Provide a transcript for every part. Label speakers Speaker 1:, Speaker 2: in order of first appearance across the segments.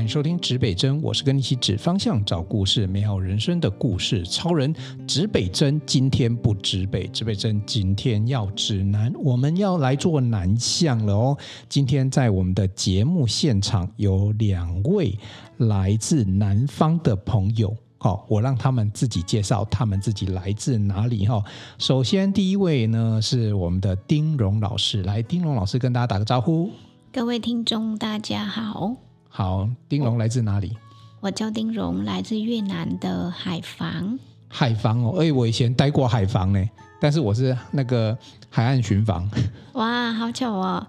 Speaker 1: 迎收听指北针，我是跟你一起指方向、找故事、美好人生的故事超人。指北针今天不指北，指北针今天要指南，我们要来做南向了哦。今天在我们的节目现场有两位来自南方的朋友。好、我让他们自己介绍他们自己来自哪里哈、首先，第一位呢是我们的丁荣老师，来，丁荣老师跟大家打个招呼。
Speaker 2: 各位听众，大家好，
Speaker 1: 好，丁荣来自哪里？
Speaker 2: 我叫丁荣，来自越南的海防。
Speaker 1: 海防哦，哎、我以前待过海防呢，但是我是那个海岸巡防。
Speaker 2: 哇，好巧哦！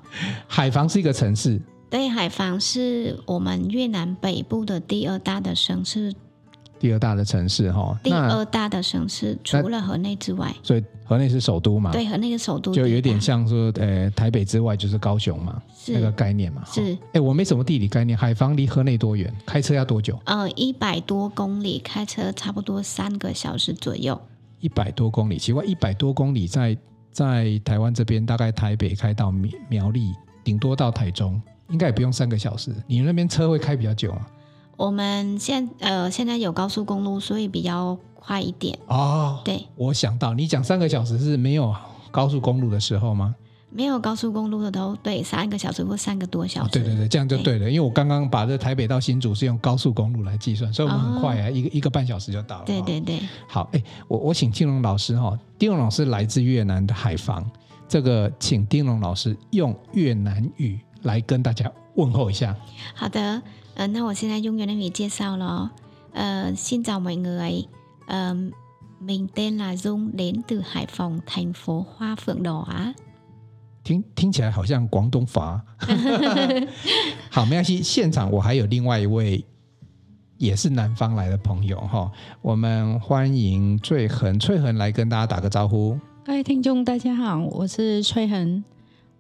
Speaker 1: 海防是一个城市，
Speaker 2: 对，海防是我们越南北部的第二大的城市，
Speaker 1: 第二大的城市哈、哦。
Speaker 2: 第
Speaker 1: 那
Speaker 2: 二大的城市除了河内之外，
Speaker 1: 所以河内是首都嘛？
Speaker 2: 对，河内的首都
Speaker 1: 就有
Speaker 2: 第
Speaker 1: 点
Speaker 2: 二
Speaker 1: 像说，呃，台北之外就是高雄嘛，
Speaker 2: 是、
Speaker 1: 那个概念嘛。哈
Speaker 2: 是
Speaker 1: 哎、我没什么地理概念，海防离河内多远？开车要多久？
Speaker 2: 呃一百多公里，开车差不多三个小时左右。
Speaker 1: 一百多公里，奇怪，一百多公里在在台湾这边，大概台北开到苗苗栗，顶多到台中，应该也不用三个小时。你那边车会开比较久吗？
Speaker 2: 我们现呃现在有高速公路，所以比较快一点。
Speaker 1: 哦，
Speaker 2: 对，
Speaker 1: 我想到你讲三个小时是没有高速公路的时候吗？
Speaker 2: 没有高速公路的都对，三个小时或三个多小
Speaker 1: 哦
Speaker 2: 时。，
Speaker 1: 对对对，这样就对了，因为我刚刚把这台北到新竹是用高速公路来计算，所以我们很快啊，一个一个半小时就到了。
Speaker 2: 对
Speaker 1: 哦
Speaker 2: 对对，
Speaker 1: 好，哎，我我请金龙老师哈、丁龙老师来自越南的海防，这个请丁龙老师用越南语来跟大家问候一下。
Speaker 2: 好的，呃，那我现在用越南语介绍咯。Ờ, xin chào mọi người. Ờ, mình tên là Dung đến từ Hải Phòng, thành phố Hoa Phượng Đỏ.
Speaker 1: 听听起来好像广东话。好，没关系。现场我还有另外一位也是南方来的朋友哈，我们欢迎翠恒，翠恒来跟大家打个招呼。
Speaker 3: 各位听众，大家好，我是崔恒，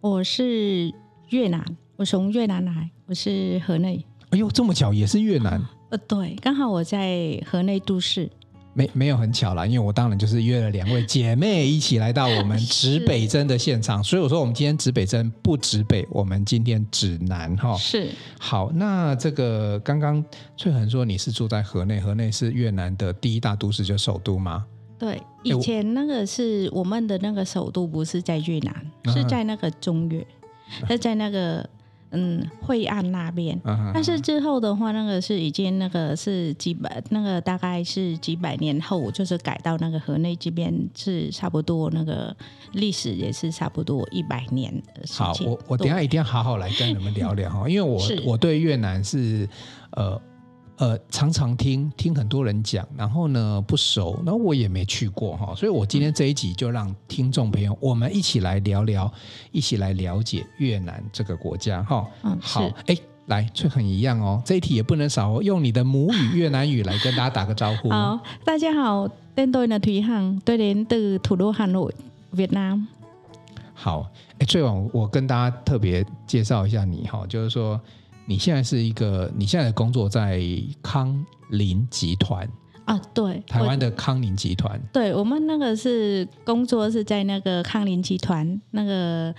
Speaker 3: 我是越南，我从越南来，我是河内。
Speaker 1: 哎呦，这么巧，也是越南，
Speaker 3: 呃，对，刚好我在河内都市。
Speaker 1: 没没有很巧啦，因为我当然就是约了两位姐妹一起来到我们指北针的现场，所以我说我们今天指北针不指北，我们今天指南哈。
Speaker 3: 是
Speaker 1: 好，那这个刚刚翠恒说你是住在河内，河内是越南的第一大都市，就首都吗？
Speaker 3: 对，
Speaker 1: 我
Speaker 3: 以前那个是我们的那个首都，不是在越南，
Speaker 1: 啊
Speaker 3: 是在那个中越，是在那个嗯惠安那边。
Speaker 1: 嗯哼
Speaker 3: 但是之后的话，那个是已经那个是几百，那个大概是几百年后，就是改到那个河内这边是差不多那个历史也是差不多一百年的事
Speaker 1: 好，
Speaker 3: 情。
Speaker 1: 我我等一下一定要好好来跟你们聊聊哈，因为我
Speaker 3: 是
Speaker 1: 我对越南是呃呃常常听听很多人讲，然后呢不熟，然后我也没去过哈，所以我今天这一集就让听众朋友我们一起来聊聊，一起来了解越南这个国家哈。
Speaker 3: 嗯
Speaker 1: 好
Speaker 3: 是，
Speaker 1: 哎、来，翠很一样哦，这一题也不能少哦，用你的母语越南语来跟大家打个招呼。
Speaker 3: 好，大家好，tên tôi là Thúy Hằng, tôi đến từ thủ đô Hà Nội, Việt Nam。
Speaker 1: 好，哎，最晚我跟大家特别介绍一下你哈，就是说你现在是一个，你现在的工作在康林集团，
Speaker 3: 啊，对，
Speaker 1: 台
Speaker 3: 我
Speaker 1: 湾的康林集团。
Speaker 3: 对我们那个是工作是在那个康林集团那个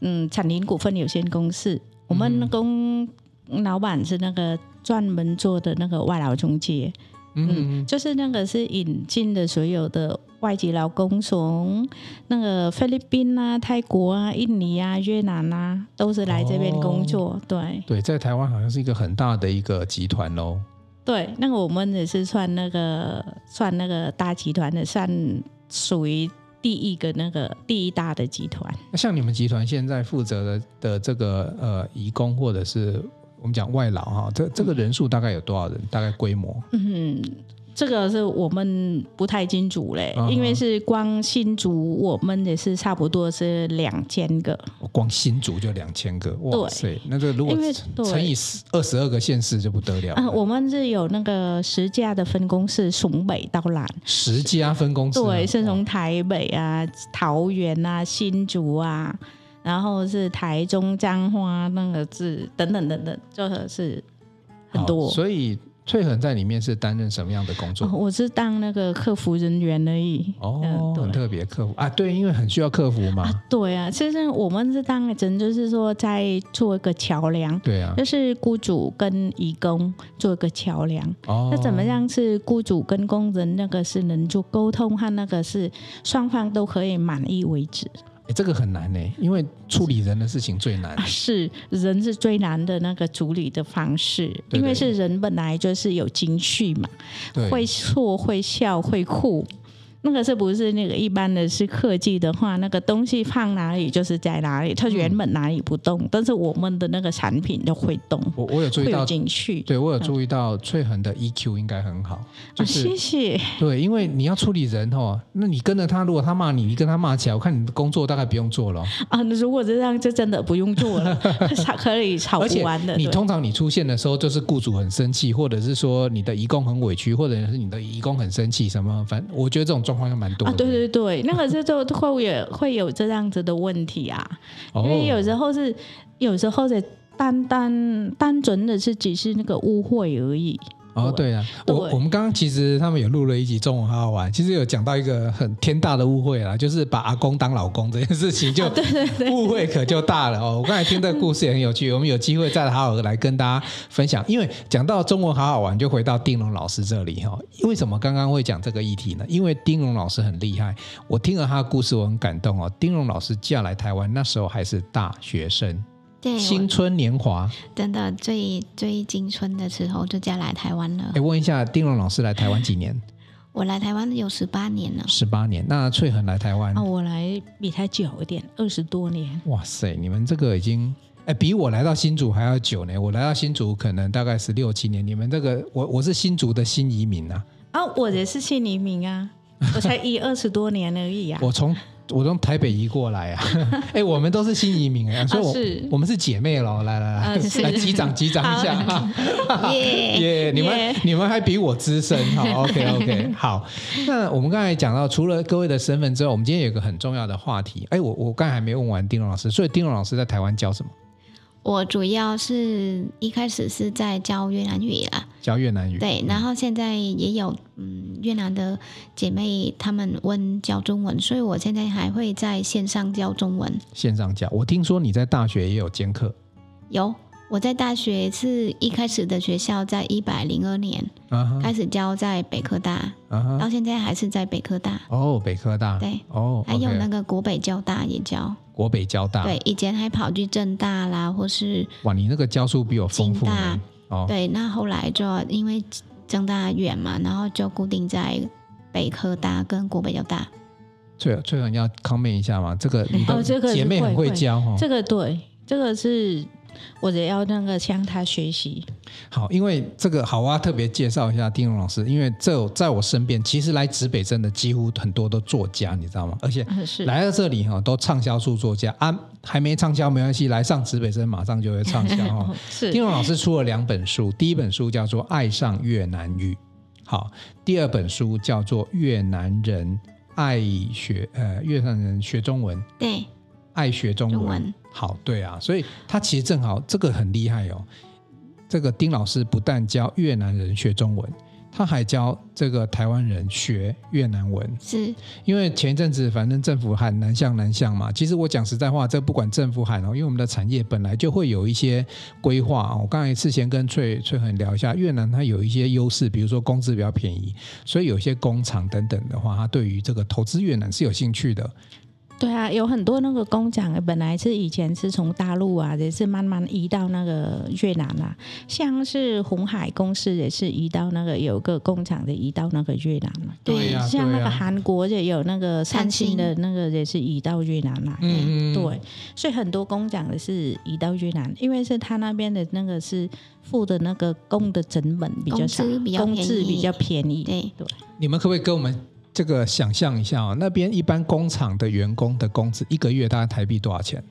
Speaker 3: 嗯产林股份有限公司，我们公、老板是那个专门做的那个外劳中介，
Speaker 1: 嗯，
Speaker 3: 就是那个是引进的所有的外籍劳工，从那个菲律宾啊、泰国啊、印尼啊、越南啊，都是来这边工作。对
Speaker 1: 对，在台湾好像是一个很大的一个集团喽。
Speaker 3: 对，那个我们也是算那个算那个大集团的，算属于第一个那个第一大的集团。
Speaker 1: 那像你们集团现在负责的的这个呃，移工或者是我们讲外劳哈，这这个人数大概有多少人？大概规模？
Speaker 3: 嗯，这个是我们不太清楚嘞，
Speaker 1: 嗯哼
Speaker 3: 因为是光新竹，我们也是差不多是两千个。
Speaker 1: 光新竹就两千个，哇
Speaker 3: 对
Speaker 1: 塞！那这如果
Speaker 3: 因为对
Speaker 1: 乘以二十二个县市就不得了
Speaker 3: 啊，
Speaker 1: 了。
Speaker 3: 我们是有那个十家的分公司，从北到南，
Speaker 1: 十家分公司啊，
Speaker 3: 对，是
Speaker 1: 哇
Speaker 3: 从台北啊、桃园啊、新竹啊，然后是台中、彰化那个是等等等等，就是很
Speaker 1: 好
Speaker 3: 多。
Speaker 1: 所以翠恒在里面是担任什么样的工
Speaker 3: 哦，
Speaker 1: 作？
Speaker 3: 我是当那个客服人员而已。
Speaker 1: 哦
Speaker 3: 嗯，对
Speaker 1: 很特别，客服啊，对，因为很需要客服嘛，
Speaker 3: 啊，对啊，其实我们是当真就是说在做一个桥梁，
Speaker 1: 对啊，
Speaker 3: 就是雇主跟义工做一个桥梁。
Speaker 1: 哦，
Speaker 3: 那怎么？样是雇主跟工人那个是能做沟通和那个是双方都可以满意为止
Speaker 1: 这个很难呢、因为处理人的事情最难
Speaker 3: 啊？。是人是最难的那个处理的方式，
Speaker 1: 对
Speaker 3: 因为
Speaker 1: 对
Speaker 3: 是人本来就是有情绪嘛，
Speaker 1: 对，
Speaker 3: 会错会笑会哭。那个是不是那个一般的是客技的话，那个东西放哪里就是在哪里，它原本哪里不动，但是我们的那个产品就会动，
Speaker 1: 我我有注
Speaker 3: 会
Speaker 1: 意嗯
Speaker 3: 有
Speaker 1: 到，
Speaker 3: 情绪。
Speaker 1: 对我有注意到翠恒的 EQ 应该很好，就
Speaker 3: 啊，
Speaker 1: 是、
Speaker 3: 谢谢。
Speaker 1: 对，因为你要处理人哦，那你跟着他，如果他骂你，你跟他骂起来，我看你的工作大概不用做了哦。
Speaker 3: 啊，如果这样就真的不用做了， 吵可以吵
Speaker 1: 而
Speaker 3: 不
Speaker 1: 且
Speaker 3: 完的。
Speaker 1: 你
Speaker 3: 对
Speaker 1: 通常你出现的时候，就是雇主很生气，或者是说你的义工很委屈，或者是你的义工很生气，什么反，我觉得这种状况应该蛮多
Speaker 3: 啊，
Speaker 1: 的。
Speaker 3: 对对对，那个是就会有会有这样子的问题啊，因为有
Speaker 1: 哦，
Speaker 3: 时候是有时候的单单单纯的是只是那个误会而已。
Speaker 1: 哦，对啊，
Speaker 3: 对
Speaker 1: 我我们刚刚其实他们有录了一集《中文好好玩》，其实有讲到一个很天大的误会啦，就是把阿公当老公这件事情就误会可就大了哦。我刚才听这个故事也很有趣，我们有机会再好好来跟大家分享。因为讲到中文好好玩，就回到丁龙老师这里哈、哦。为什么刚刚会讲这个议题呢？因为丁龙老师很厉害，我听了他的故事，我很感动哦。丁龙老师嫁来台湾那时候还是大学生，
Speaker 2: 对，
Speaker 1: 青
Speaker 2: 哎我
Speaker 1: 春年华。
Speaker 2: 真的最最青春的时候就嫁来台湾了
Speaker 1: 哎，。问一下，丁龙老师来台湾几年？
Speaker 2: 我来台湾有十八 年了，
Speaker 1: 十八年。那翠恒来台湾，
Speaker 3: 啊，我来比他久一点，二十多年。
Speaker 1: 哇塞，你们这个已经哎比我来到新竹还要久呢。我来到新竹可能大概是六七年，你们这个我我是新竹的新移民啊，
Speaker 3: 啊，我也是姓黎明啊，我才一二十多年而已啊。
Speaker 1: 我从我从台北移过来啊， 哎，我们都是新移民哎，所以我、
Speaker 3: 啊是
Speaker 1: 我们是姐妹咯。来来来，
Speaker 3: 啊是
Speaker 1: 来击掌击掌一 下。
Speaker 2: 耶！
Speaker 1: 耶、你们
Speaker 3: 耶
Speaker 1: 你们还比我资深哈。OK OK，好。那我们刚才讲到，除了各位的身份之外，我们今天有一个很重要的话题。哎，我我刚才还没问完丁龙老师，所以丁龙老师在台湾教什么？
Speaker 2: 我主要是一开始是在教越南语啦，
Speaker 1: 教越南语。
Speaker 2: 对，然后现在也有嗯越南的姐妹她们问教中文，所以我现在还会在线上教中文。
Speaker 1: 线上教。我听说你在大学也有兼课
Speaker 2: 有，我在大学是一开始的学校在一百零二年
Speaker 1: 啊
Speaker 3: 嗯
Speaker 1: 哈
Speaker 2: 开始教在北科大，
Speaker 1: 啊哈
Speaker 2: 到现在还是在北科大。
Speaker 1: 哦，北科大
Speaker 2: 对，
Speaker 1: 哦，
Speaker 2: 还有
Speaker 1: OK，
Speaker 2: 那个国北交大也教，
Speaker 1: 国北交
Speaker 3: 啊
Speaker 1: 大，
Speaker 2: 对，以前还跑去政大啦，或是
Speaker 1: 哇，你那个教书比我丰富呢
Speaker 2: 清
Speaker 1: 哦，
Speaker 2: 对，那后来就因为政大远嘛，然后就固定在北科大跟国北交大。
Speaker 1: 翠翠恒要 comment 一下嘛，这 个你
Speaker 3: 哦这个
Speaker 1: 的
Speaker 3: 是
Speaker 1: 姐妹很
Speaker 3: 会
Speaker 1: 会
Speaker 3: 会
Speaker 1: 教哦，
Speaker 3: 这个对，这个是我也要那个向他学习。
Speaker 1: 好，因为这个好啊，特别介绍一下丁荣老师，因为这在我身边，其实来指北针的几乎很多都作家，你知道吗？而且
Speaker 3: 嗯是
Speaker 1: 来到这里哈、都畅销书作家啊，还没畅销没关系，来上指北针马上就会畅销 哦。
Speaker 3: 哦是
Speaker 1: 丁荣老师出了两本书，第一本书叫做《爱上越南语》，好，第二本书叫做《越南人爱学呃越南人学中文
Speaker 2: 对，
Speaker 1: 爱学中文》
Speaker 2: 中文
Speaker 1: 好，对啊，所以他其实正好这个很厉害哦。这个丁老师不但教越南人学中文，他还教这个台湾人学越南文。
Speaker 2: 是
Speaker 1: 因为前一阵子反正政府喊南向南向嘛，其实我讲实在话，这不管政府喊哦，因为我们的产业本来就会有一些规划哦。我刚才事先跟翠翠恒聊一下，越南它有一些优势，比如说工资比较便宜，所以有一些工厂等等的话，它对于这个投资越南是有兴趣的。
Speaker 3: 对啊，有很多那个工厂本来是以前是从大陆啊，也是慢慢移到那个越南啊，像是红海公司也是移到那个有个工厂的移到那个越南嘛、
Speaker 2: 对啊
Speaker 1: 呀、
Speaker 3: 像
Speaker 1: 对
Speaker 3: 那
Speaker 1: 呀、
Speaker 3: 个韩国也有那个三
Speaker 2: 三
Speaker 3: 星
Speaker 2: 星
Speaker 3: 的那个也是移到越南来，
Speaker 1: 嗯嗯
Speaker 3: 对，所以很多工厂也是移到越南，因为是他那边的那个是付的那个工的成本比较少，
Speaker 2: 工资比较
Speaker 3: 工
Speaker 2: 便
Speaker 3: 资
Speaker 2: 宜
Speaker 3: 比较便宜，
Speaker 2: 对
Speaker 1: 你们可不可以跟我们这个想象一下哦？那边一般工厂的员工的工资一个月大概台币多少钱？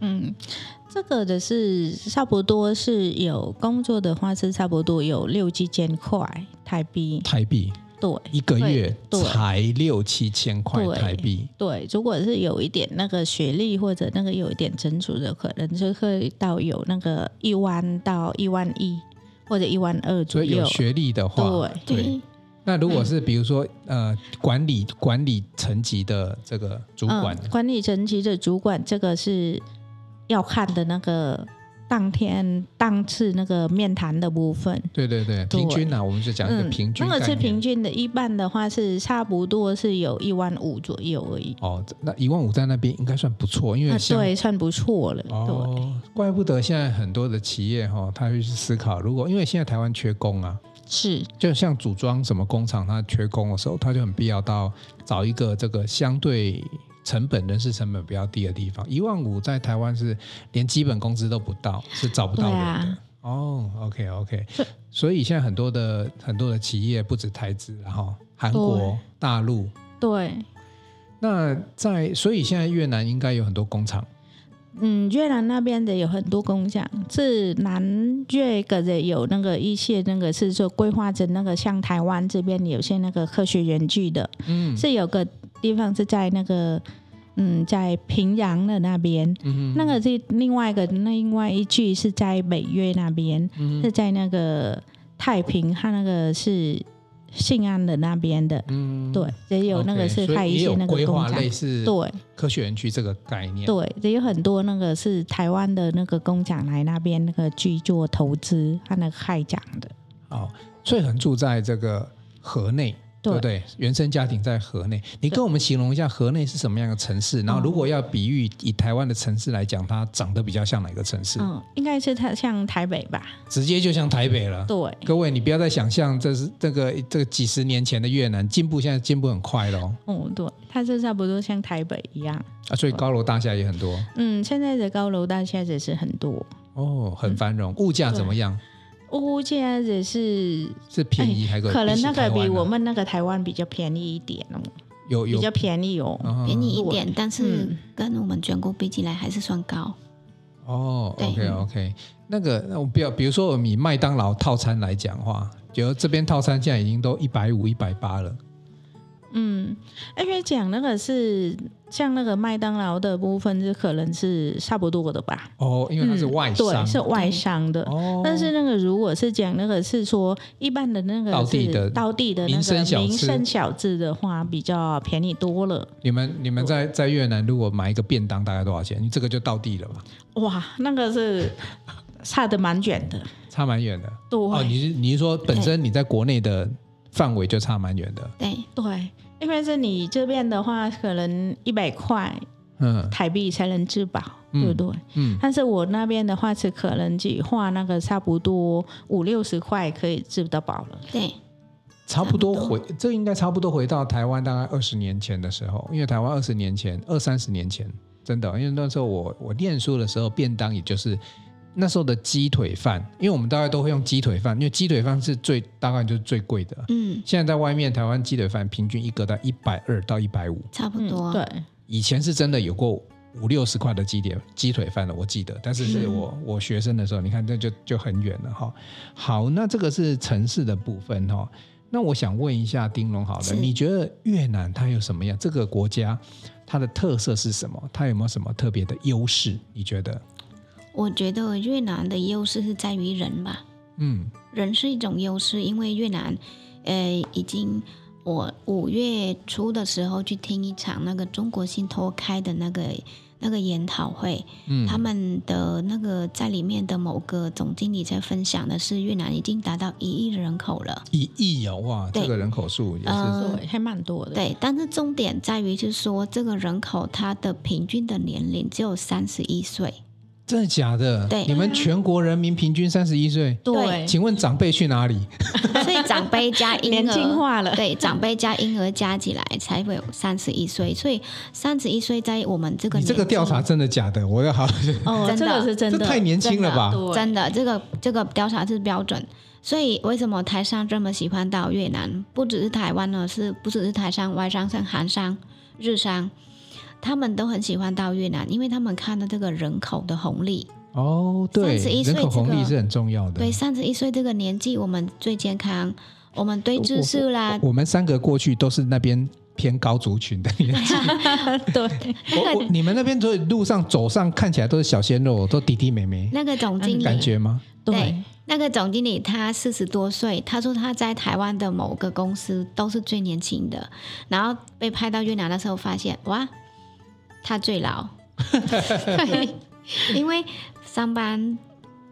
Speaker 3: 嗯，这个的是差不多是有工作的话是差不多有六七千块台币，
Speaker 1: 台币
Speaker 3: 对
Speaker 1: 一个月
Speaker 3: 对对
Speaker 1: 才六七千块
Speaker 3: 对
Speaker 1: 台币。
Speaker 3: 对。如果是有一点那个学历或者那个有一点成熟的，可能就会到有那个一万到一万一或者一万二
Speaker 1: 所
Speaker 3: 左
Speaker 1: 以有
Speaker 3: 右。
Speaker 1: 学历的话，
Speaker 3: 对嗯
Speaker 2: 对，
Speaker 1: 那如果是比如说呃管理管理层级的这个主管，
Speaker 3: 嗯、管理层级的主管，这个是要看的那个当天当次那个面谈的部分。
Speaker 1: 对对对，
Speaker 3: 对嗯
Speaker 1: 平均啊，我们就讲一个平均概念、
Speaker 3: 那个是平均的，一般的话是差不多是有一万五左右而已。
Speaker 1: 哦，那一万五在那边应该算不错，因
Speaker 3: 那
Speaker 1: 为像、
Speaker 3: 啊对，算不错了。
Speaker 1: 哦，怪不得现在很多的企业哈、哦，他会去思考，如果因为现在台湾缺工啊，
Speaker 3: 对，是
Speaker 1: 就像组装什么工厂，它缺工的时候，它就很必要到找一个这个相对成本、人事成本比较低的地方。一万五在台湾是连基本工资都不到，是找不到人的。
Speaker 3: 对啊
Speaker 1: 哦，OK OK，
Speaker 3: 所以
Speaker 1: 所以现在很多的很多的企业不止台资啦，然后韩国
Speaker 3: 对、
Speaker 1: 大陆，
Speaker 3: 对。
Speaker 1: 那在所以现在越南应该有很多工厂
Speaker 3: 嗯，越南那边的有很多工厂，是南越个的有那个一些那个是说规划成那个像台湾这边有些那个科学园区的，
Speaker 1: 嗯
Speaker 3: 是有个地方是在那个嗯在平阳的那边，
Speaker 1: 嗯
Speaker 3: 那个是另外一个另外一句是在北越那边，
Speaker 1: 嗯
Speaker 3: 是在那个太平和那个是信安的那边的，
Speaker 1: 嗯，
Speaker 3: 对，也有那个
Speaker 1: OK，
Speaker 3: 是
Speaker 1: 所以
Speaker 3: 开一
Speaker 1: 也
Speaker 3: 些
Speaker 1: 有
Speaker 3: 那个
Speaker 1: 规
Speaker 3: 工
Speaker 1: 划
Speaker 3: 厂，
Speaker 1: 类似
Speaker 3: 对。
Speaker 1: 科学园区这个概念，
Speaker 3: 对，也有很多那个是台湾的那个工厂来那边那个去做投资和那个开展的。
Speaker 1: 哦，所以很住在这个河内，对
Speaker 3: 对
Speaker 1: 不对？原生家庭在河内，你跟我们形容一下河内是什么样的城市？然后如果要比喻以台湾的城市来讲，它长得比较像哪个城市？
Speaker 3: 嗯，应该是它像台北吧？
Speaker 1: 直接就像台北了。
Speaker 3: 对，
Speaker 1: 各位，你不要再想象这是这个这个几十年前的越南进步，现在进步很快咯。
Speaker 3: 嗯，对，它是差不多像台北一样。
Speaker 1: 啊，所以高楼大厦也很多
Speaker 3: 嗯，现在的高楼大厦也是很多，
Speaker 1: 哦，
Speaker 3: 嗯
Speaker 1: 很繁荣。物价怎么样？
Speaker 3: 物价也是
Speaker 1: 是便宜还
Speaker 3: 哎可能那个比我
Speaker 1: 们
Speaker 3: 们那个台湾比较便宜一点哦，
Speaker 1: 有
Speaker 3: 比
Speaker 1: 有
Speaker 3: 较便宜哦。
Speaker 1: 嗯
Speaker 2: 便宜一点，但是
Speaker 3: 嗯
Speaker 2: 跟我们全国比起来还是算高。
Speaker 1: 哦
Speaker 2: 对
Speaker 1: ，OK OK，那个那我不要，比如说我们以麦当劳套餐来讲的话，比如这边套餐现在已经都一百五、一百八了，
Speaker 3: 嗯，而且讲那个是像那个麦当劳的部分，是可能是差不多的吧？
Speaker 1: 哦，因为它是
Speaker 3: 嗯
Speaker 1: 外商，
Speaker 3: 对，是外商的。
Speaker 1: 哦，
Speaker 3: 但是那个如果是讲那个是说一般的那个
Speaker 1: 道地
Speaker 3: 是
Speaker 1: 的
Speaker 3: 道地的那个
Speaker 1: 民生小吃
Speaker 3: 民生小吃的话，比较便宜多了。
Speaker 1: 你们你们在在越南如果买一个便当大概多少钱？你这个就到地了吧，
Speaker 3: 哇，那个是差的蛮远的，
Speaker 1: 差蛮远的。
Speaker 3: 对、
Speaker 1: 哦，你是你是说本身你在国内的范围就差蛮远的，
Speaker 2: 对，
Speaker 3: 对，因为是你这边的话，可能一百块
Speaker 1: 嗯
Speaker 3: 台币才能吃饱，
Speaker 1: 嗯
Speaker 3: 对不对？
Speaker 1: 嗯，
Speaker 3: 但是我那边的话是可能只花那个差不多五六十块可以吃得饱了。
Speaker 2: 对，
Speaker 1: 差不多
Speaker 2: 差不
Speaker 1: 回这应该差不多回到台湾大概二十年前的时候，因为台湾二十年前、二三十年前，真的，因为那时候我我念书的时候，便当也就是那时候的鸡腿饭，因为我们大概都会用鸡腿饭，因为鸡腿饭是最大概就是最贵的。
Speaker 2: 嗯，
Speaker 1: 现在在外面台湾鸡腿饭平均一个在一百二到一百五，
Speaker 2: 差
Speaker 3: 嗯
Speaker 2: 不多。
Speaker 3: 对，
Speaker 1: 以前是真的有过五六十块的鸡腿鸡腿饭的，我记得。但是
Speaker 2: 嗯
Speaker 1: 是我我学生的时候，你看这就就很远了哈。好，那这个是城市的部分哈。那我想问一下丁龙，好了，
Speaker 2: 是
Speaker 1: 你觉得越南它有什么样？这个国家它的特色是什么？它有没有什么特别的优势？你觉得？
Speaker 2: 我觉得越南的优势是在于人吧，
Speaker 1: 嗯
Speaker 2: 人是一种优势，因为越南，呃，已经我五月初的时候去听一场那个中国信托开的那个那个研讨会，
Speaker 1: 嗯，
Speaker 2: 他们的那个在里面的某个总经理在分享的是越南已经达到一亿人口了。
Speaker 1: 一亿哦，哇，
Speaker 2: 对
Speaker 1: 这个人口数也是、
Speaker 2: 呃嗯
Speaker 3: 对，还蛮多的。
Speaker 2: 对，但是重点在于就是说，这个人口它的平均的年龄只有三十一 岁。
Speaker 1: 真的假的？
Speaker 2: 对
Speaker 1: 你们全国人民平均三十一岁，
Speaker 2: 对
Speaker 1: 请问长辈去哪里？
Speaker 2: 所以长辈加婴儿，
Speaker 3: 年轻化 了
Speaker 2: 对，长辈加婴儿加起来才会有三十一岁，所以三十一岁在我们这个
Speaker 1: 你这个
Speaker 2: 年纪
Speaker 1: 调查真的假的？我要好。
Speaker 3: 哦，
Speaker 2: 真的
Speaker 3: 这个是真的，
Speaker 1: 这太年轻了吧
Speaker 3: 真
Speaker 2: 真的，
Speaker 3: 的
Speaker 2: 这个这个调查是标准。所以为什么台商这么喜欢到越南？不只是台湾呢，哦是不只是台商、外商、像韩商、日商，他们都很喜欢到越南，因为他们看到这个人口的红利。
Speaker 1: 哦，对，人
Speaker 2: 31岁
Speaker 1: 口
Speaker 2: 这
Speaker 1: 红利
Speaker 2: 个
Speaker 1: 是很重要的。
Speaker 2: 对，三十一岁这个年纪，我们最健康，我们对知识啦，
Speaker 1: 我们三个过去都是那边偏高族群 的年纪。
Speaker 3: 对 对，
Speaker 1: 我我你们那边所以路上走上看起来都是小鲜肉，都弟弟妹妹，
Speaker 2: 那个总经
Speaker 1: 感
Speaker 2: 理，
Speaker 1: 觉吗？
Speaker 3: 对，
Speaker 2: 那个总经理他四十多岁，他说他在台湾的某个公司都是最年轻的，然后被派到越南的时候发现，哇，他最老，对，因为上班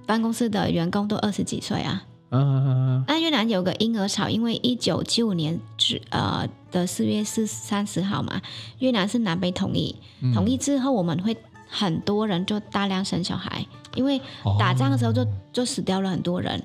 Speaker 2: 办公室的员工都二十几岁啊。
Speaker 1: 啊啊啊！
Speaker 2: 那越南有个婴儿潮，因为一九七五年至呃的四月四三十号嘛，越南是南北统一，
Speaker 1: 嗯
Speaker 2: 统一之后我们会很多人就大量生小孩，因为
Speaker 1: 哦
Speaker 2: 打仗的时候就、就死掉了很多人。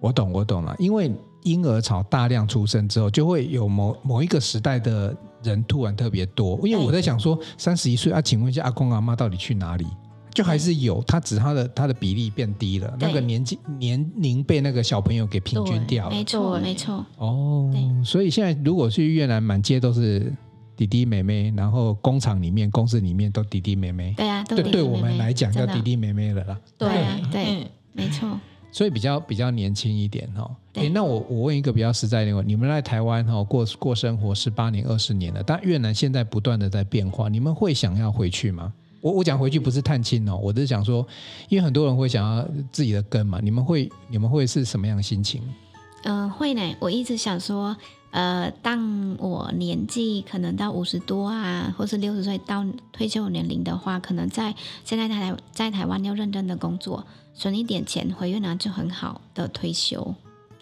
Speaker 1: 我懂，我懂了，因为婴儿潮大量出生之后，就会有某某一个时代的人突然特别多。因为我在想说，三十一岁啊，请问一下阿公阿妈到底去哪里？就还是有，他只是他的他的比例变低了，
Speaker 2: 对
Speaker 1: 那个年纪年龄被那个小朋友给平均掉了
Speaker 2: 没。错，
Speaker 3: 对
Speaker 2: 没错，
Speaker 1: 哦，
Speaker 2: 对
Speaker 1: 所以现在如果去越南，满街都是弟弟妹妹，然后工厂里面、公司里面都弟弟妹妹。
Speaker 2: 对啊，都
Speaker 1: 对，
Speaker 2: 弟弟
Speaker 1: 对
Speaker 2: 妹妹
Speaker 1: 我们来讲叫
Speaker 2: 真的
Speaker 1: 弟弟妹妹了啦。
Speaker 2: 对啊，对，
Speaker 3: 嗯
Speaker 2: 没错。
Speaker 1: 所以比较比较年轻一点哈、哦。
Speaker 2: 对
Speaker 1: 诶那我我问一个比较实在的问题，你们在台湾哈、哦、过过生活十八年、二十年了，但越南现在不断的在变化，你们会想要回去吗？我我讲回去不是探亲哦，我是想说，因为很多人会想要自己的根嘛，你们会你们会是什么样的心情？
Speaker 2: 嗯、会呢。我一直想说，呃，当我年纪可能到五十多啊，或是六十岁到退休年龄的话，可能在现在台在台湾要认真的工作，存一点钱回越南就很好的退休。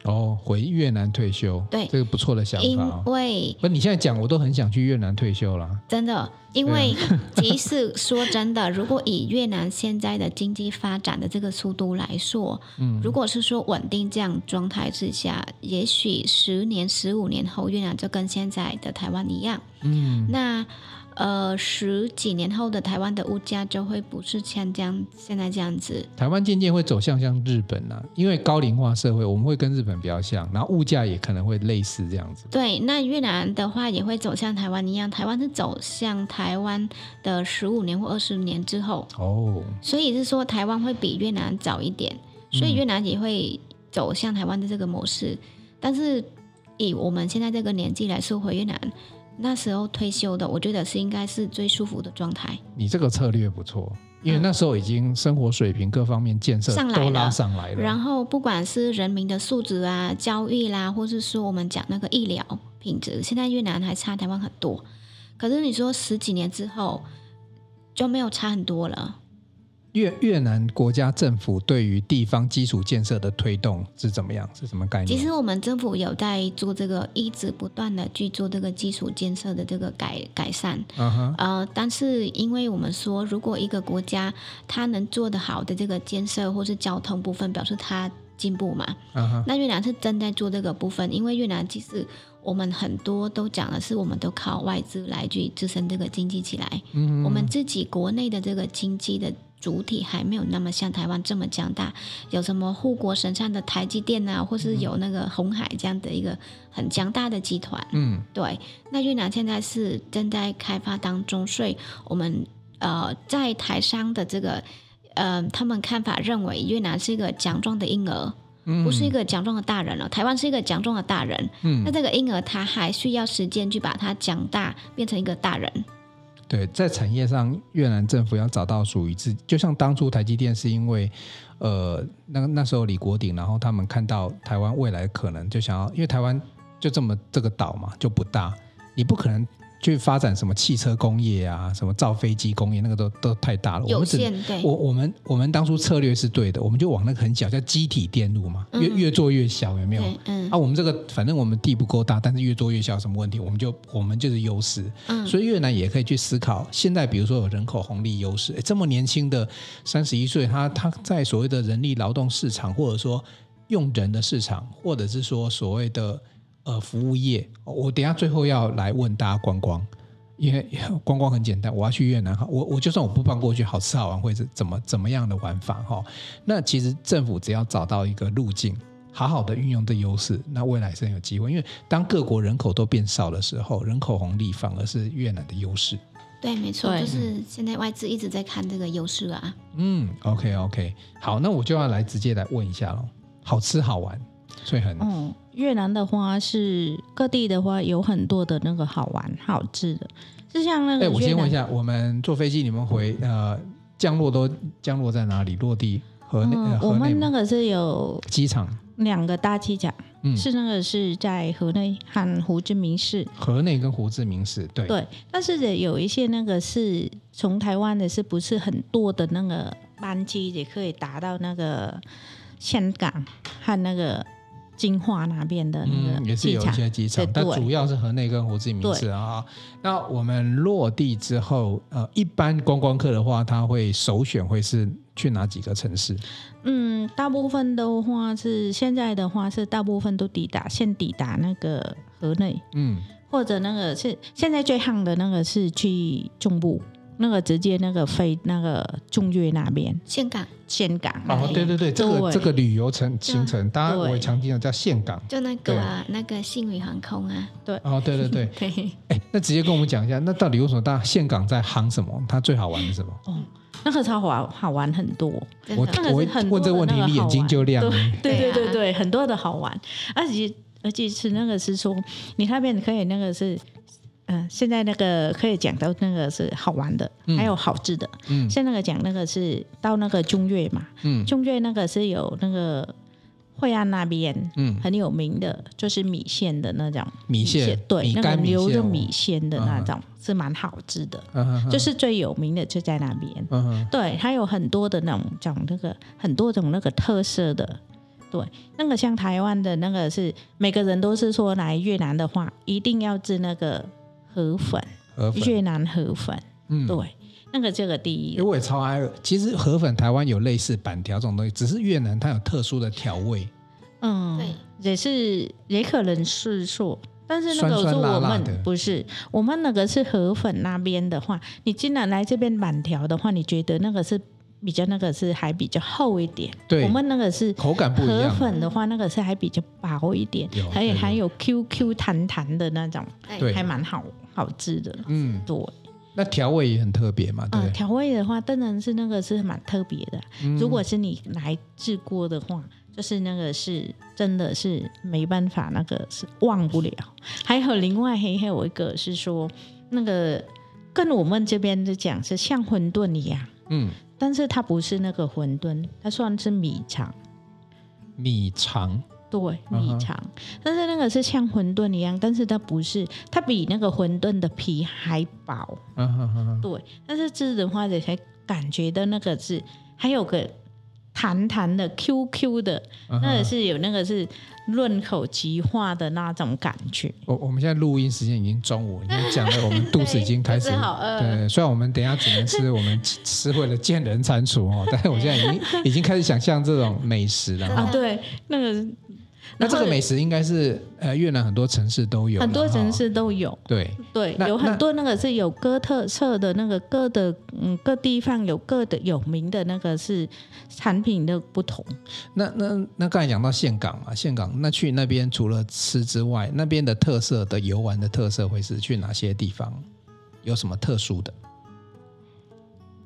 Speaker 1: 哦，回越南退休，
Speaker 2: 对
Speaker 1: 这个不错的想
Speaker 2: 因
Speaker 1: 法哦。
Speaker 2: 为
Speaker 1: 不，你现在讲我都很想去越南退休啦。
Speaker 2: 真的，因为即使说真的，如果以越南现在的经济发展的这个速度来说，嗯，如果是说稳定这样状态之下，也许十年、十五年后，越南就跟现在的台湾一样，嗯，那呃十几年后的台湾的物价就会不是像这样现在这样子，
Speaker 1: 台湾渐渐会走向像日本啊，因为高龄化社会，我们会跟日本比较像，然后物价也可能会类似这样子。
Speaker 2: 对，那越南的话也会走向台湾一样，台湾是走向台湾的十五年或二十年之后，
Speaker 1: 哦，
Speaker 2: 所以是说台湾会比越南早一点，所以越南也会走向台湾的这个模式。但是以我们现在这个年纪来说，回越南那时候退休的，我觉得是应该是最舒服的状态。
Speaker 1: 你这个策略不错，因为那时候已经生活水平各方面建设
Speaker 2: 嗯上来
Speaker 1: 都拉
Speaker 2: 了
Speaker 1: 上来了。
Speaker 2: 然后不管是人民的素质啊、教育啦，或是说我们讲那个医疗品质，现在越南还差台湾很多。可是你说十几年之后就没有差很多了。
Speaker 1: 越越南国家政府对于地方基础建设的推动是怎么样？是什么概
Speaker 2: 其
Speaker 1: 念？
Speaker 2: 实我们政府有在做这个，一直不断的去做这个基础建设的这个改改善。
Speaker 1: 嗯哼，
Speaker 2: 呃，但是因为我们说，如果一个国家它能做得好的这个建设或是交通部分，表示它进步嘛。
Speaker 1: 嗯哼，
Speaker 2: 那越南是正在做这个部分，因为越南其实我们很多都讲的是，我们都靠外资来去支撑这个经济起来。
Speaker 1: 嗯
Speaker 2: 我们自己国内的这个经济的主体还没有那么像台湾这么强大，有什么护国神山的台积电啊，或
Speaker 1: 嗯
Speaker 2: 是有那个红海这样的一个很强大的集团。
Speaker 1: 嗯，
Speaker 2: 对，那越南现在是正在开发当中，所以我们呃在台商的这个呃他们看法认为越南是一个强壮的婴儿，不是一个强壮的大人了。台湾是一个强壮的大人，
Speaker 1: 嗯
Speaker 2: 那这个婴儿他还需要时间去把他长大，变成一个大人。
Speaker 1: 对，在产业上，越南政府要找到属于自己，就像当初台积电是因为，呃，那那时候李国鼎，然后他们看到台湾未来的可能，就想要，因为台湾就这么这个岛嘛，就不大，你不可能去发展什么汽车工业啊，什么造飞机工业，那个都都太大了，我
Speaker 2: 有
Speaker 1: 们只
Speaker 2: 限对
Speaker 1: 我我们我们当初策略是对的，我们就往那个很小，叫机体电路嘛，越越做越小，有没有？
Speaker 2: 嗯对，嗯
Speaker 1: 啊，我们这个反正我们地不够大，但是越做越小，有什么问题？我们就我们就是优势。
Speaker 2: 嗯
Speaker 1: 所以越南也可以去思考，现在比如说有人口红利优势，诶这么年轻的三十一岁，他他在所谓的人力劳动市场，或者说用人的市场，或者是说所谓的呃服务业，我等一下最后要来问大家观光。因为 观光很简单，我要去越南哈，我我就算我不搬过去，好吃好玩会是怎么怎么样的玩法哈、那其实政府只要找到一个路径，好好的运用这优势，那未来是很有机会。因为当各国人口都变少的时候，人口红利反而是越南的优势。
Speaker 2: 对，没错，
Speaker 3: 对
Speaker 2: 就是现在外资一直在看这个优势啊。
Speaker 1: 嗯，OK OK，好，那我就要来直接来问一下喽，好吃好玩，所以很、
Speaker 3: 嗯，越南的花是各地的花有很多的那个好玩好吃的，就像那
Speaker 1: 哎、
Speaker 3: 个
Speaker 1: 我
Speaker 3: 越
Speaker 1: 先问
Speaker 3: 南
Speaker 1: 一下，我们坐飞机你们回呃降落都降落在哪里？落地河内、呃，
Speaker 3: 嗯我
Speaker 1: 河内
Speaker 3: 们那
Speaker 1: 吗
Speaker 3: 个是有
Speaker 1: 机场，
Speaker 3: 两个大机甲，
Speaker 1: 嗯
Speaker 3: 是那个是在河内和胡志明市，
Speaker 1: 河内跟胡志明市，对，
Speaker 3: 对，但是也有一些那个是从台湾的，是不是很多的那个班机也可以达到那个香港和那个金华那边的那
Speaker 1: 嗯，
Speaker 3: 个
Speaker 1: 也是
Speaker 3: 机
Speaker 1: 有一
Speaker 3: 场。
Speaker 1: 些机场，
Speaker 3: 对
Speaker 1: 但
Speaker 3: 对
Speaker 1: 主要是河内跟胡志明市啊。那我们落地之后，呃，一般观光客的话，他会首选会是去哪几个城市？
Speaker 3: 嗯，大部分的话是现在的话是大部分都抵达，先抵达那个河内，
Speaker 1: 嗯，
Speaker 3: 或者那个是现在最夯的那个是去中部，那个直接那个飞那个中越那边，
Speaker 2: 香港
Speaker 3: 岘港那
Speaker 1: 哦，
Speaker 3: 边。
Speaker 1: 对对对，这个
Speaker 3: 对
Speaker 1: 这个旅游城行程，当然
Speaker 3: 对
Speaker 1: 我也常听的叫岘港。
Speaker 2: 就那个、啊、那个星宇航空啊，
Speaker 1: 哦，对对 对，
Speaker 2: 对，
Speaker 1: 哎，那直接跟我们讲一下，那到底为什么大家岘港在行什么？它最好玩的是什 么？
Speaker 3: 那个超好好玩很多。
Speaker 2: 真
Speaker 1: 我
Speaker 2: 的
Speaker 3: 那个是
Speaker 1: 我
Speaker 3: 很多
Speaker 1: 问
Speaker 3: 的
Speaker 1: 这问题，
Speaker 3: 那个
Speaker 1: 你
Speaker 3: 好
Speaker 1: 眼睛
Speaker 3: 玩
Speaker 1: 就亮了。
Speaker 2: 对
Speaker 3: 对对
Speaker 2: 啊
Speaker 3: 对对，很多的好玩，而且而且是那个是说，你那边可以那个是，嗯、现在那个可以讲到那个是好玩的，还有好吃的。
Speaker 1: 嗯
Speaker 3: 现在那个讲那个是到那个中越嘛，
Speaker 1: 嗯
Speaker 3: 中越那个是有那个惠安那边
Speaker 1: 嗯，
Speaker 3: 很有名的，就是米线的那种
Speaker 1: 米线，
Speaker 3: 对，
Speaker 1: 米
Speaker 3: 那个
Speaker 1: 干米
Speaker 3: 牛肉
Speaker 1: 线，哦
Speaker 3: 米线的那
Speaker 1: 嗯
Speaker 3: 种、是蛮好吃的，
Speaker 1: 嗯哼哼
Speaker 3: 就是最有名的就在那边。
Speaker 1: 嗯哼
Speaker 3: 对，它有很多的那种讲那个很多种那个特色的。对，那个像台湾的那个是每个人都是说来越南的话，一定要吃那个河粉，
Speaker 1: 河粉
Speaker 3: 越南河粉。
Speaker 1: 嗯
Speaker 3: 对，那个这个第一
Speaker 1: 因为，我也超爱。其实河粉台湾有类似板条这种东西，只是越南它有特殊的调味，
Speaker 3: 嗯
Speaker 2: 对，
Speaker 3: 也是也可能是说，但是那个
Speaker 1: 酸
Speaker 3: 是
Speaker 1: 酸辣
Speaker 3: 我
Speaker 1: 辣
Speaker 3: 们
Speaker 1: 的
Speaker 3: 不是我们那个是河粉那边的话，你既然来这边板条的话，你觉得那个是比较那个是还比较厚一点，
Speaker 1: 对
Speaker 3: 我们那个是
Speaker 1: 口感不一
Speaker 3: 河
Speaker 1: 样。
Speaker 3: 粉的话，那个是还比较薄一点
Speaker 1: 有，
Speaker 3: 还有
Speaker 1: 对
Speaker 3: 还有 QQ 弹弹的那种，
Speaker 2: 哎
Speaker 1: 对
Speaker 3: 还蛮好好吃的。
Speaker 1: 嗯，
Speaker 3: 对，
Speaker 1: 那调味也很特别嘛，对嗯
Speaker 3: 啊、
Speaker 1: 不对？
Speaker 3: 调味的话，当然是那个是蛮特别的。啊如果是你来自锅的话，就是那个是真的是没办法，那个是忘不了。还有另外还有一个是说，那个跟我们这边的讲是像馄饨一样，
Speaker 1: 嗯，
Speaker 3: 但是它不是那个馄饨，它算是米肠。
Speaker 1: 米肠，
Speaker 3: 对，
Speaker 1: 嗯
Speaker 3: 米
Speaker 1: 哼
Speaker 3: 肠，但是那个是像馄饨一样，但是它不是，它比那个馄饨的皮还薄。
Speaker 1: 嗯哼哼哼，
Speaker 3: 对，但是吃的话，你才感觉到那个是还有个弹弹的 QQ 的，
Speaker 1: 嗯
Speaker 3: 那
Speaker 1: 哼
Speaker 3: 个是有那个是润口即化的那种感觉。
Speaker 1: 我我们现在录音时间已经中午，你讲了，我们肚子已经开始
Speaker 2: 肚子好饿
Speaker 1: 对，虽然我们等一下只能吃我们吃吃会了见人蟾蜍哦，但是我现在已经已经开始想象这种美食了
Speaker 2: 真
Speaker 1: 哈
Speaker 2: 的。
Speaker 3: 啊，对，那个
Speaker 1: 那这个
Speaker 3: 然后
Speaker 1: 美食应该是呃越南很多城市都有了哈，
Speaker 3: 很多城市都有。
Speaker 1: 对，
Speaker 3: 对，
Speaker 1: 那
Speaker 3: 有
Speaker 1: 那
Speaker 3: 很多那个是有各特色的那个各的嗯各地方有各的有名的那个是产品的不同。
Speaker 1: 那那那刚才讲到岘港嘛，岘港那去那边除了吃之外，那边的特色的游玩的特色会是去哪些地方？有什么特殊的？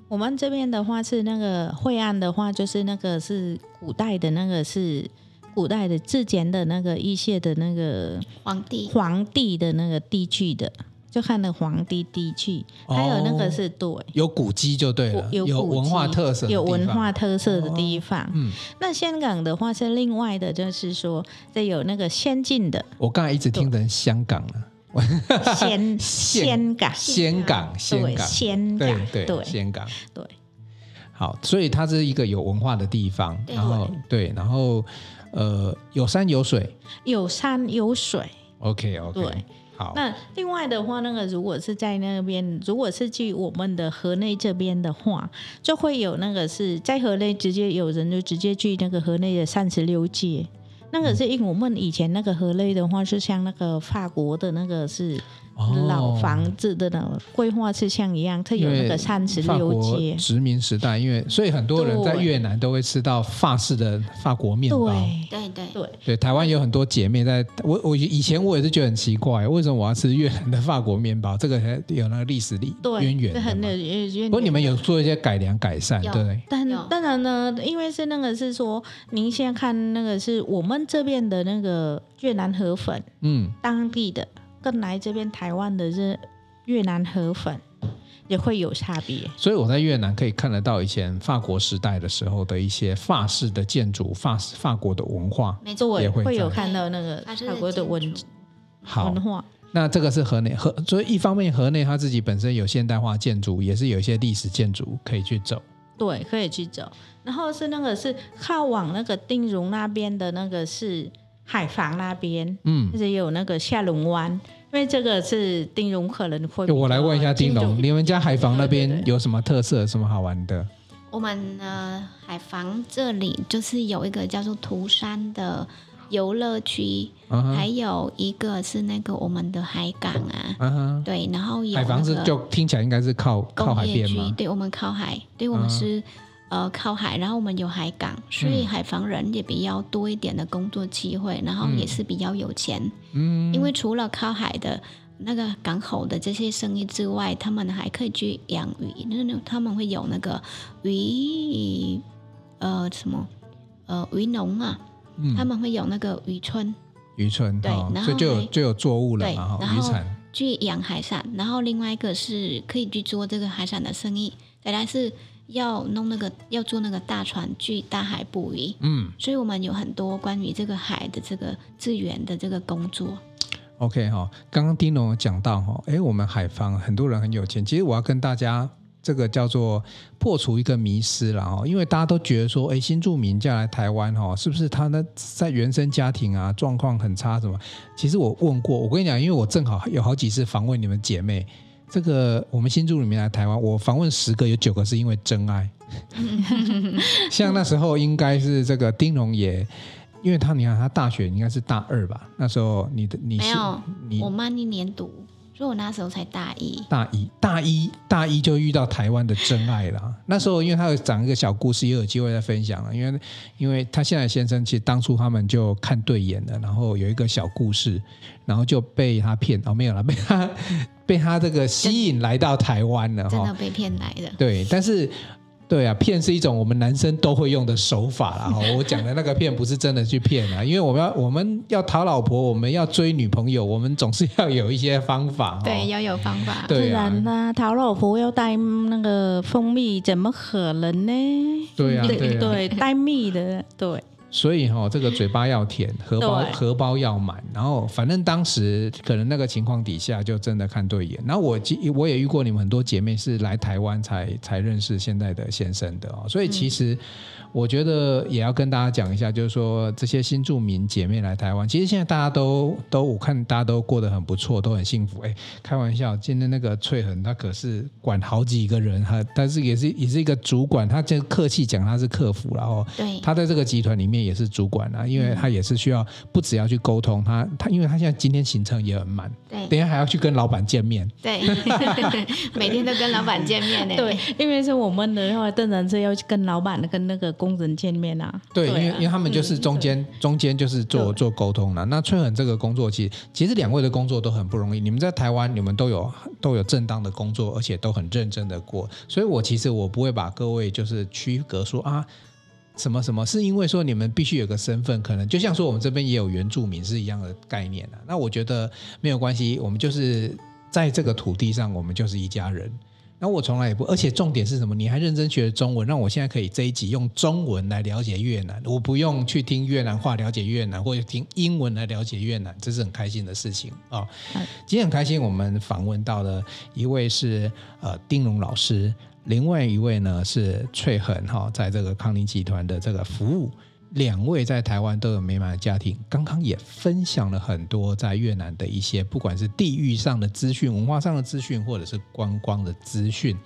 Speaker 3: 我们这边的话是那个惠安的话，就是那个是古代的那个是古代的之前的那个一些的那个
Speaker 2: 皇帝
Speaker 3: 皇帝的那个地区的，就看了皇帝地区，
Speaker 1: 哦
Speaker 3: 还有那个是对。
Speaker 1: 有古迹就对了，
Speaker 3: 有古迹
Speaker 1: 文化特色，
Speaker 3: 有文化。特色的地方。
Speaker 1: 嗯，
Speaker 3: 那香港的话是另外的，就是说，这有那个先进 的
Speaker 1: 我刚才一直听成香港了，
Speaker 3: 先先港，
Speaker 1: 仙港，仙
Speaker 3: 对，
Speaker 1: 港，
Speaker 3: 先港，
Speaker 1: 对对，仙港，
Speaker 3: 对。
Speaker 1: 好，所以它是一个有文化的地方，
Speaker 2: 对
Speaker 1: 然后对，然后呃，有山有水
Speaker 3: 有山有水，
Speaker 1: ，OK OK，
Speaker 3: 对，
Speaker 1: 好，
Speaker 3: 那另外的话，那个如果是在那边，如果是去我们的河内这边的话，就会有那个是在河内直接有人就直接去那个河内的三十六街。那个
Speaker 1: 嗯
Speaker 3: 是因为我们以前那个河内的话，是像那个法国的那个是
Speaker 1: 哦
Speaker 3: 老房子的那种规划是像一样，它
Speaker 1: 因
Speaker 3: 有
Speaker 1: 为
Speaker 3: 那个三十
Speaker 1: 哦法
Speaker 3: 六
Speaker 1: 国
Speaker 3: 街。
Speaker 1: 殖民时代，因为所以很多人在
Speaker 3: 对
Speaker 1: 越南都会吃到法式的法国面包。
Speaker 2: 对
Speaker 3: 对
Speaker 2: 对
Speaker 3: 对，
Speaker 1: 对，台湾有很多姐妹在，我我以前我也是觉得很奇怪，为什么我要吃越南的法国面包？这个还有那个历史历
Speaker 3: 对，
Speaker 1: 渊源
Speaker 3: 这很
Speaker 1: 的
Speaker 3: 有
Speaker 1: 嘛。
Speaker 3: 渊源。
Speaker 1: 不过你们有做一些改良改善，对
Speaker 2: 有
Speaker 1: 不对？
Speaker 3: 但
Speaker 2: 有
Speaker 3: 当然呢，因为是那个是说，您现在看那个是我们这边的那个越南河粉，
Speaker 1: 嗯，
Speaker 3: 当地的，跟来这边台湾的是越南河粉。也会有差别。
Speaker 1: 所以我在越南可以看得到以前法国时代的时候的一些法式的建筑、法式法国的文化。
Speaker 2: 没错，
Speaker 3: 对，
Speaker 1: 也会
Speaker 3: 会有
Speaker 1: 在
Speaker 3: 看到那个
Speaker 2: 法式
Speaker 3: 法国的
Speaker 2: 建
Speaker 3: 文
Speaker 2: 筑
Speaker 1: 好
Speaker 3: 文，化，
Speaker 1: 那这个是河内河，所以一方面河内它自己本身有现代化建筑，也是有一些历史建筑可以去走。
Speaker 3: 对，呃可以去走。然后是那个是靠往那个丁荣那边的那个是海防那边，
Speaker 1: 嗯
Speaker 3: 或，者有那个下龙湾，因为这个是丁荣可能会比较。
Speaker 1: 我来问一下丁
Speaker 3: 金
Speaker 1: 龙，
Speaker 3: 钟
Speaker 1: 你们家海防那
Speaker 3: 对
Speaker 1: 边
Speaker 3: 对
Speaker 1: 有什么特色、什么好玩的？
Speaker 2: 我们呃海防这里就是有一个叫做涂山的游乐区，
Speaker 1: 嗯
Speaker 2: 还
Speaker 1: 哼，
Speaker 2: 有一个是那个我们的海港啊，
Speaker 1: 嗯哼，
Speaker 2: 对，然后有
Speaker 1: 海防是
Speaker 2: 那个
Speaker 1: 就听起来应该是靠靠
Speaker 2: 工
Speaker 1: 海
Speaker 2: 业
Speaker 1: 边
Speaker 2: 区
Speaker 1: 吗，？嗯
Speaker 2: 对我们靠海，对我们是、呃靠海，然后我们有海港，所以海防人也比较多一点的工作机会，然后也是比较有钱，
Speaker 1: 嗯，
Speaker 2: 因为除了靠海的。那个港口的这些生意之外，他们还可以去养鱼，那那他们会有那个鱼，呃，什么，呃，渔农啊，
Speaker 1: 嗯
Speaker 2: 他们会有那个渔村
Speaker 1: 渔村
Speaker 2: 对
Speaker 1: 哦
Speaker 2: 然后
Speaker 1: 所以就有
Speaker 2: 还
Speaker 1: 就有作物了
Speaker 2: 对
Speaker 1: 嘛，哈
Speaker 2: 然
Speaker 1: 渔
Speaker 2: 后
Speaker 1: 产。
Speaker 2: 去养海产，然后另外一个是可以去做这个海产的生意，本来是要弄那个要做那个大船去大海捕鱼，
Speaker 1: 嗯
Speaker 2: 所以我们有很多关于这个海的这个资源的这个工作。
Speaker 1: ，OK 哈、刚刚丁龙有讲到哈、诶哎，我们海防很多人很有钱，其实我要跟大家。这个叫做破除一个迷思了哦，因为大家都觉得说，哎，新住民嫁来台湾哦，是不是他呢在原生家庭啊状况很差什么？其实我问过，我跟你讲，因为我正好有好几次访问你们姐妹，这个我们新住民来台湾，我访问十个有九个是因为真爱， 像那时候应该是这个丁龙也，因为他你看他大学应该是大二吧，那时候你的你
Speaker 2: 没
Speaker 1: 是
Speaker 2: 有，
Speaker 1: 你
Speaker 2: 我慢一年读，所以我那时候才大一。
Speaker 1: 大一大一大一就遇到台湾的真爱了。那时候因为他有讲一个小故事，也有机会再分享了，因为因为他现在的先生其实当初他们就看对眼了，然后有一个小故事，然后就被他骗哦没有 了，被他被他这个吸引来到台湾了哈。
Speaker 2: 真的被骗来的，
Speaker 1: 对，但是对啊，骗是一种我们男生都会用的手法啦。 哦，我讲的那个骗不是真的去骗啊，因为我们要我们要讨老婆，我们要追女朋友，我们总是要有一些方法。哦、
Speaker 2: 对，要有方法。
Speaker 1: 对
Speaker 3: 自
Speaker 1: 啊
Speaker 3: 然啦、陶老婆要带那个蜂蜜，怎么可能呢？
Speaker 1: 对
Speaker 2: 嗯
Speaker 1: 啊，对
Speaker 3: 对
Speaker 1: 啊，
Speaker 3: 对，带蜜的，对
Speaker 1: 所以哈、这个嘴巴要甜，荷包
Speaker 3: 对
Speaker 1: 荷包要满，然后反正当时可能那个情况底下就真的看对眼。然后我记我也遇过你们很多姐妹是来台湾才才认识现在的先生的哦，所以其实我觉得也要跟大家讲一下，就是说这些新住民姐妹来台湾，其实现在大家都都我看大家都过得很不错，都很幸福。哎，开玩笑，今天那个翠恒她可是管好几个人，她但是也是也是一个主管，她就客气讲她是客服，哦然后。
Speaker 2: 对，
Speaker 1: 他在这个集团里面也是主管啊，因为他也是需要不只要去沟通，他他因为他现在今天行程也很满，
Speaker 2: 对，
Speaker 1: 等一下还要去跟老板见面。
Speaker 2: 对， 每天都跟老板见面欸呢。
Speaker 3: 对，，因为是我们的话，当然是要去跟老板、跟那个工人见面啊。
Speaker 1: 对，因
Speaker 3: 啊嗯
Speaker 1: 为因为他们就是中间、中间就是做
Speaker 3: 对
Speaker 1: 做沟通了。那崔恒这个工作其实其实两位的工作都很不容易，你们在台湾你们都有都有正当的工作，而且都很认真的过。所以我其实我不会把各位就是区隔说啊。什么什么是因为说你们必须有个身份，可能就像说我们这边也有原住民是一样的概念啊。那我觉得没有关系，我们就是在这个土地上，我们就是一家人。那我从来也不，而且重点是什么？你还认真学中文，让我现在可以这一集用中文来了解越南，我不用去听越南话了解越南，或者听英文来了解越南，这是很开心的事情啊、哦
Speaker 3: 嗯
Speaker 1: 今天很开心，我们访问到了一位是呃丁龙老师，另外一位呢是翠恒哈、在这个康宁集团的这个服务。两位在台湾都有美满的家庭，刚刚也分享了很多在越南的一些，不管是地域上的资讯、文化上的资讯，或者是观光的资讯。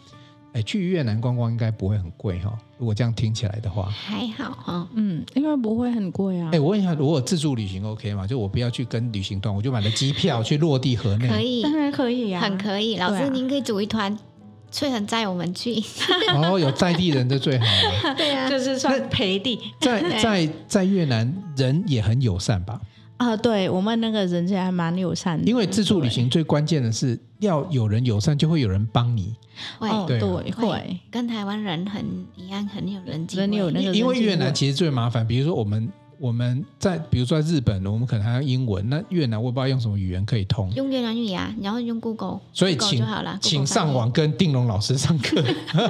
Speaker 1: 哎，去越南观光应该不会很贵哈、如果这样听起来的话，
Speaker 2: 还好哦哈。
Speaker 3: 嗯，因为不会很贵啊
Speaker 1: 哎，。我问一下，如果自助旅行 OK 吗？就我不要去跟旅行团，我就买了机票去落地河内。
Speaker 2: 可以，
Speaker 3: 当然可以呀、啊，
Speaker 2: 很可以。老
Speaker 3: 对
Speaker 2: 师，
Speaker 3: 啊
Speaker 2: 您可以组一团，翠恒载我们去。
Speaker 1: 哦，有在地人的最好了。
Speaker 2: 对啊
Speaker 3: 就是算陪地
Speaker 1: 在
Speaker 2: 对
Speaker 1: 在在越南人也很友善吧？
Speaker 3: 啊、对我们那个人家还蛮友善的，
Speaker 2: 嗯
Speaker 1: 因为自助旅行最关键的是要有人友善，就会有人帮你。
Speaker 2: 会、
Speaker 3: 哦，
Speaker 1: 对
Speaker 3: 对
Speaker 1: 啊
Speaker 3: 会，
Speaker 2: 跟台湾人很一样，很有人际。
Speaker 3: 人有那个
Speaker 1: 因为
Speaker 3: 人际
Speaker 1: 越南
Speaker 3: 会
Speaker 1: 其实最麻烦，比如说我们我们在比如说在日本，我们可能还要英文，那越南我也不知道用什么语言可以通，
Speaker 2: 用越南语啊，然后用 Google，
Speaker 1: 所以
Speaker 2: Google
Speaker 1: 请
Speaker 2: 就好了
Speaker 1: 请
Speaker 2: Google 翻译
Speaker 1: 上网跟定龙老师上课。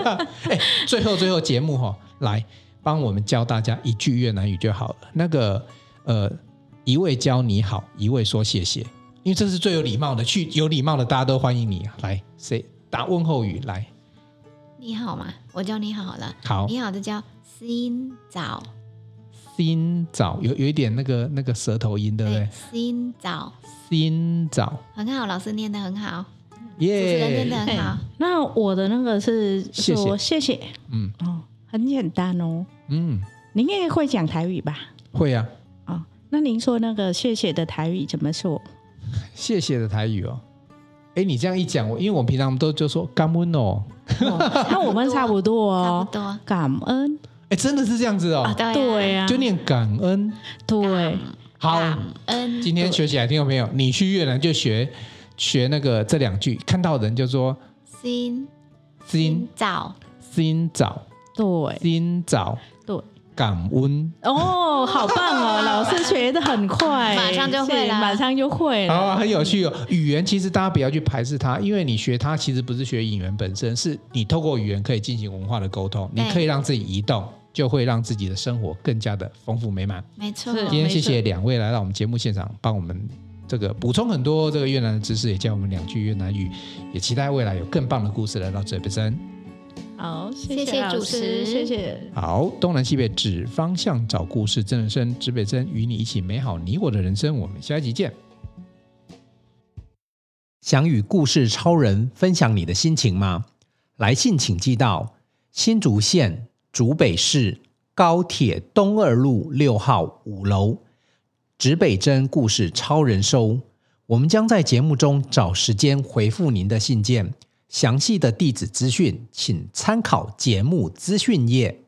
Speaker 1: 哎，最后最后节目哈、来帮我们教大家一句越南语就好了。那个呃，一位教你好，一位说谢谢，因为这是最有礼貌的，去有礼貌的大家都欢迎你来。谁打问候语来？
Speaker 2: 你好嘛，我叫你好好了，
Speaker 1: 好，
Speaker 2: 你好就叫新早，
Speaker 1: 新早有有一点那个那个舌头音，对不对？
Speaker 2: 新早，
Speaker 1: 新早
Speaker 2: 很好，老师念得很好，主持人念得
Speaker 1: 耶，
Speaker 2: 很好，
Speaker 3: 那我的那个是
Speaker 1: 谢谢
Speaker 3: 说谢谢
Speaker 1: 嗯
Speaker 3: 哦，很简单哦。
Speaker 1: 嗯，
Speaker 3: 您也会讲台语吧？
Speaker 1: 会啊，
Speaker 3: 哦，那您说那个谢谢的台语怎么 说？
Speaker 1: 谢谢的台语哦。哎，你这样一讲，我因为我们平常都就说感恩哦，
Speaker 3: 哦那我们差不多
Speaker 2: 差
Speaker 3: 哦
Speaker 2: 不。多。
Speaker 3: 感恩，
Speaker 1: 哎，真的是这样子哦，
Speaker 2: 对啊
Speaker 3: 对呀，
Speaker 1: 就念感恩。
Speaker 3: 对，
Speaker 1: 好，
Speaker 2: 感恩，
Speaker 1: 今天学起来，听到没有？你去越南就学学那个这两句，看到人就说
Speaker 2: 新
Speaker 1: 新
Speaker 2: 早，
Speaker 1: 新早
Speaker 3: 对，
Speaker 1: 新早
Speaker 3: 对，
Speaker 1: 感恩。
Speaker 3: 哦，好棒哦，老师学的很快，
Speaker 2: 马上就会
Speaker 3: 是
Speaker 2: 啦
Speaker 3: 马上就会了。
Speaker 1: 好，很有趣哦。语言其实大家不要去排斥它，因为你学它其实不是学语言本身，是你透过语言可以进行文化的沟通，你
Speaker 2: 对
Speaker 1: 可以让自己移动，就会让自己的生活更加的丰富美满。
Speaker 2: 没错，
Speaker 3: 是
Speaker 1: 今天
Speaker 3: 没
Speaker 1: 谢
Speaker 3: 错
Speaker 1: 谢两位来到我们节目现场，帮我们这个补充很多这个越南的知识，也教我们两句越南语，也期待未来有更棒的故事来到这本身。
Speaker 3: 好，
Speaker 2: 谢
Speaker 3: 谢
Speaker 2: 谢
Speaker 3: 老
Speaker 2: 主持
Speaker 3: 师谢谢。
Speaker 1: 好，东南西北指方向，找故事，真人生，指北针，与你一起美好你我的人生。我们下一集见。
Speaker 4: 想与故事超人分享你的心情吗？来信请寄到新竹县竹北市高铁东二路六号五楼，指北针故事超人收。我们将在节目中找时间回复您的信件，详细的地址资讯请参考节目资讯页。